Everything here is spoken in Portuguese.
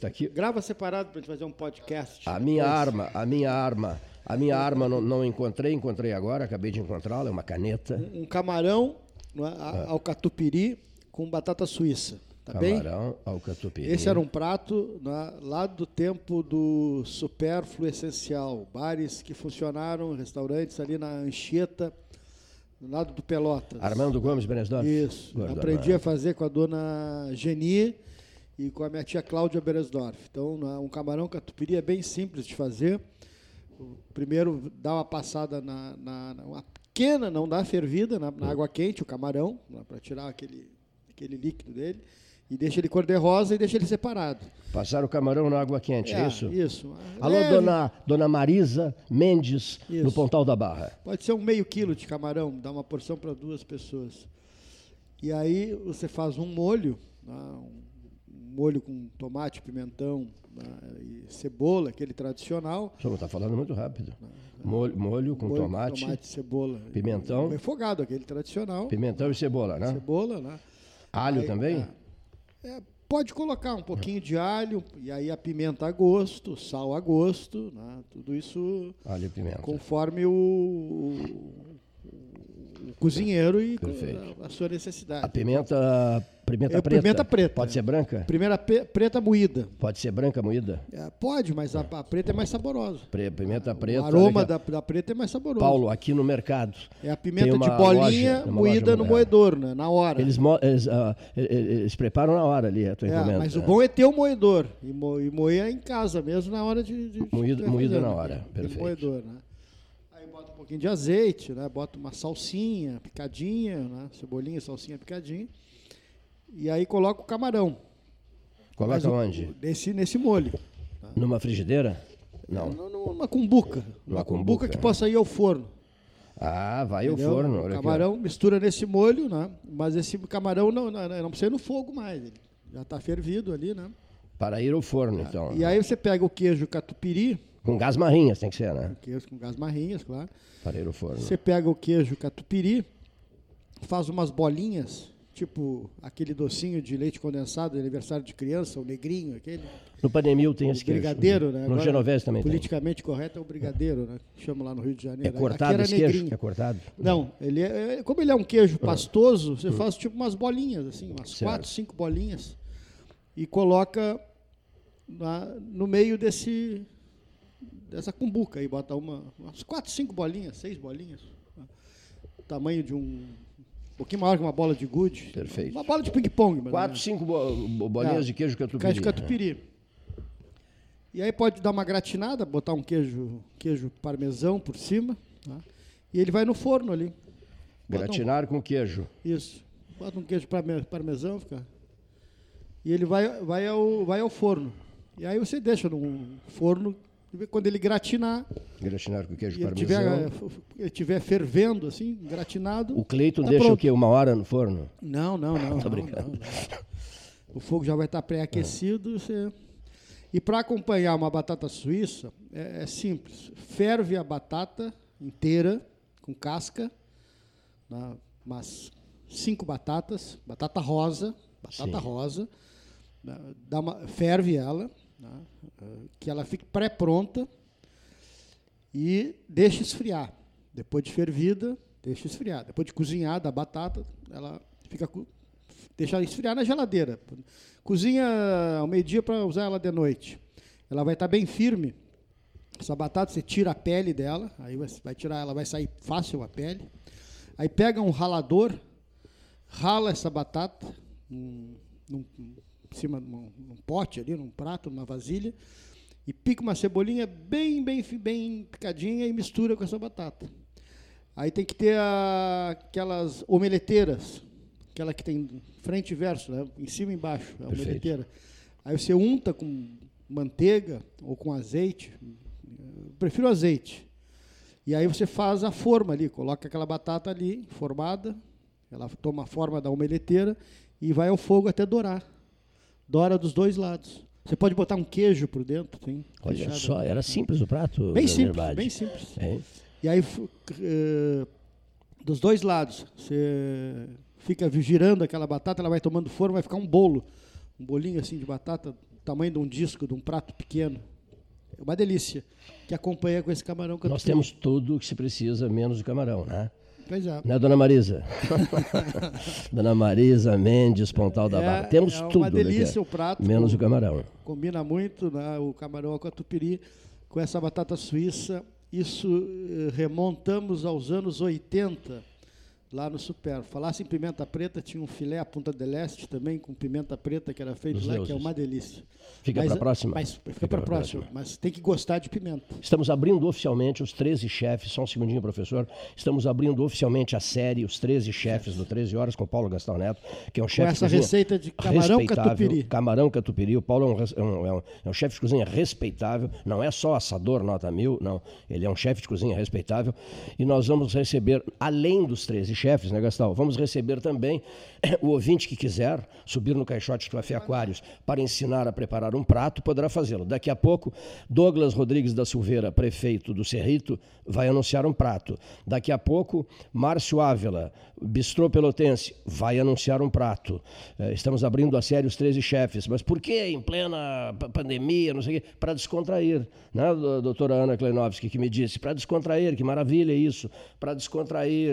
Tá aqui. Grava separado pra gente fazer um podcast. A minha arma, a minha arma, a minha arma não, não encontrei, encontrei agora, acabei de encontrá-la, é uma caneta. Um camarão não é? A- alcatupiri com batata suíça. Tá bem? Camarão, alcatupiri. Esse era um prato não é? lá do tempo do supérfluo essencial. Bares que funcionaram, restaurantes ali na Anchieta, do lado do Pelotas. Armando Gomes Benesdorf? Isso. Gordo Aprendi a Armando. fazer com a dona Geni e com a minha tia Cláudia Beresdorf. Então, na- um camarão catupiry é bem simples de fazer. O Primeiro, dá uma passada na, na- na- uma pequena, não dá fervida, na, Hum. na água quente, o camarão, para tirar aquele, aquele líquido dele. E deixa ele cor de rosa e deixa ele separado. Passar o camarão na água quente, É, isso? Isso. Alô, Leve. dona, dona Marisa Mendes, do Isso. Pontal da Barra. Pode ser um meio quilo de camarão, dá uma porção para duas pessoas. E aí você faz um molho, né, um um molho com tomate, pimentão né, e cebola, aquele tradicional. O senhor está falando muito rápido. Molho, molho com Molho tomate, com tomate, cebola. É pimentão. Refogado, aquele tradicional. pimentão e cebola, né? Cebola, né? Alho Aí, também? É, pode colocar um pouquinho de alho, e aí a pimenta a gosto, sal a gosto, né, tudo isso Alho e pimenta. conforme o, o- o cozinheiro e co- Perfeito. a, a sua necessidade. A pimenta, pimenta É, preta. pimenta preta. Pode ser branca? Primeira pe- preta moída. Pode ser branca moída? É, pode, mas a, a preta é mais saborosa. Pre- Pimenta preta. o olha aroma aqui, da, da preta é mais saboroso. Paulo, aqui no mercado. é a pimenta tem de uma bolinha loja, uma moída loja no mulher. moedor, né? Na hora. Eles, mo- eles, ah, e- e- eles preparam na hora ali a tua É, encomenda. mas o né? bom é ter o moedor. E, mo, e moer em casa mesmo, na hora de. de, de Moído- que vai moído fazendo, na hora, aquele perfeito. Moedor, né? Aí bota um pouquinho de azeite, né? Bota uma salsinha picadinha, né? Cebolinha, salsinha picadinha. E aí coloca o camarão. Mas Coloca o- onde? Nesse, nesse molho. Numa frigideira? Não. Numa- Numa cumbuca. cumbuca. Uma cumbuca que possa ir ao forno. Ah, vai ao Entendeu? forno. O Olha aqui, ó. camarão mistura nesse molho, né? Mas esse camarão não, não, não precisa ir no fogo mais. Ele já está fervido ali, né? Para ir ao forno, então. Ah, E aí você pega o queijo catupiry, Com gás marrinhas tem que ser, né? queijo com gás marrinhas, claro. Para ir ao forno. Você pega o queijo catupiry, faz umas bolinhas, tipo aquele docinho de leite condensado de aniversário de criança, o negrinho, aquele. No Panemil tem esse O queijo. brigadeiro, né? No Agora, Genovese também tem. Politicamente correto é o brigadeiro, né? Que Chama lá no Rio de Janeiro. É Aqui cortado era esse queijo? negrinho. É cortado? Não, ele é, é- como ele é um queijo pastoso, você faz tipo umas bolinhas, assim, umas Uhum. Certo. quatro, cinco bolinhas, e coloca na- no meio desse dessa cumbuca aí, bota uma, umas quatro, cinco bolinhas, seis bolinhas, né? tamanho de um, um pouquinho maior que uma bola de gude. Perfeito. Uma bola de ping-pong. mas Quatro, não é. cinco bo- bo- bolinhas É, de queijo catupiry. Queijo catupiry. né? E aí pode dar uma gratinada, botar um queijo, queijo parmesão por cima, tá? e ele vai no forno ali. Bota um- Gratinar com queijo. isso. Bota um queijo parme- parmesão, fica. E ele vai, vai, ao, vai ao forno. E aí você deixa no forno, quando ele gratinar, Gratinar com queijo e ele parmesão. tiver, eh, f- f- ele tiver fervendo, assim, gratinado. O Cleiton tá deixa o pronto. quê? Uma hora no forno? Não, não, não. não, brincando. não, não. O fogo já vai estar pré-aquecido. você- E para acompanhar uma batata suíça, é, é simples. Ferve a batata inteira, com casca, né, umas cinco batatas, batata rosa, batata Sim. rosa, né, dá uma- ferve ela, né, eh, que ela fique pré-pronta e deixa esfriar. Depois de fervida, deixa esfriar. Depois de cozinhada a batata, ela fica co- deixa esfriar na geladeira. Cozinha ao meio-dia para usar ela de noite. Ela vai estar bem firme. Essa batata você tira a pele dela, aí vai, vai tirar, ela vai sair fácil a pele. Aí pega um ralador, rala essa batata num, num- em cima de um- num pote ali, num prato, numa vasilha, e pica uma cebolinha bem, bem, fi- bem picadinha e mistura com essa batata. Aí tem que ter a- aquelas omeleteiras, aquela que tem frente e verso, né? em cima e embaixo, a Perfeito. omeleteira. Aí você unta com manteiga ou com azeite, eu prefiro azeite. E aí você faz a forma ali, coloca aquela batata ali, formada, ela toma a forma da omeleteira e vai ao fogo até dourar. Dora dos dois lados. Você pode botar um queijo por dentro, tem. Olha fechado. só, era simples o prato. Bem na simples, verdade. É. bem simples. Hein? E aí, fu- eh, dos dois lados, você fica vi- girando aquela batata, ela vai tomando forma, vai ficar um bolo. Um bolinho assim de batata tamanho de um disco, de um prato pequeno. É uma delícia. Que acompanha com esse camarão que eu Nós tô- temos tudo o que se precisa, menos o camarão, né? Pois é. Né, dona Marisa? dona Marisa Mendes, Pontal da É- Barra. Temos é tudo. uma né, delícia cara? o prato Menos com- o camarão. Combina muito né, o camarão com a tupiri, com essa batata suíça. Isso eh, remontamos aos anos 80, lá no Super. Falasse em pimenta preta, tinha um filé à Punta del Este também, com pimenta preta que era feito Dos lá, que é deuses. uma delícia. Fica Mas- é, pra próxima? Mas, fica, para pra próxima. Mas tem que gostar de pimenta. Estamos abrindo oficialmente os 13 chefes, só um segundinho, professor. Estamos abrindo oficialmente a série Os 13 Chefes do 13 Horas com Paulo Gastão Neto, que é um chefe essa de cozinha receita de camarão respeitável, catupiry. Camarão catupiry. O Paulo é um, res- é um- é um- é um chefe de cozinha respeitável, não é só assador nota mil, não. Ele é um chefe de cozinha respeitável. E nós vamos receber, além dos 13 chefes, né, Gastão? Vamos receber também o ouvinte que quiser subir no caixote do Café Aquários para ensinar a preparar um prato, poderá fazê-lo. Daqui a pouco, Douglas Rodrigues da Silveira, prefeito do Cerrito, vai anunciar um prato. Daqui a pouco, Márcio Ávila, bistrô pelotense, vai anunciar um prato. Eh, Estamos abrindo a série Os 13 Chefes, mas por que em plena pa- pandemia, não sei o quê? Para descontrair, né, do- doutora Ana Kleinovski, que me disse, para descontrair, que maravilha isso, para descontrair.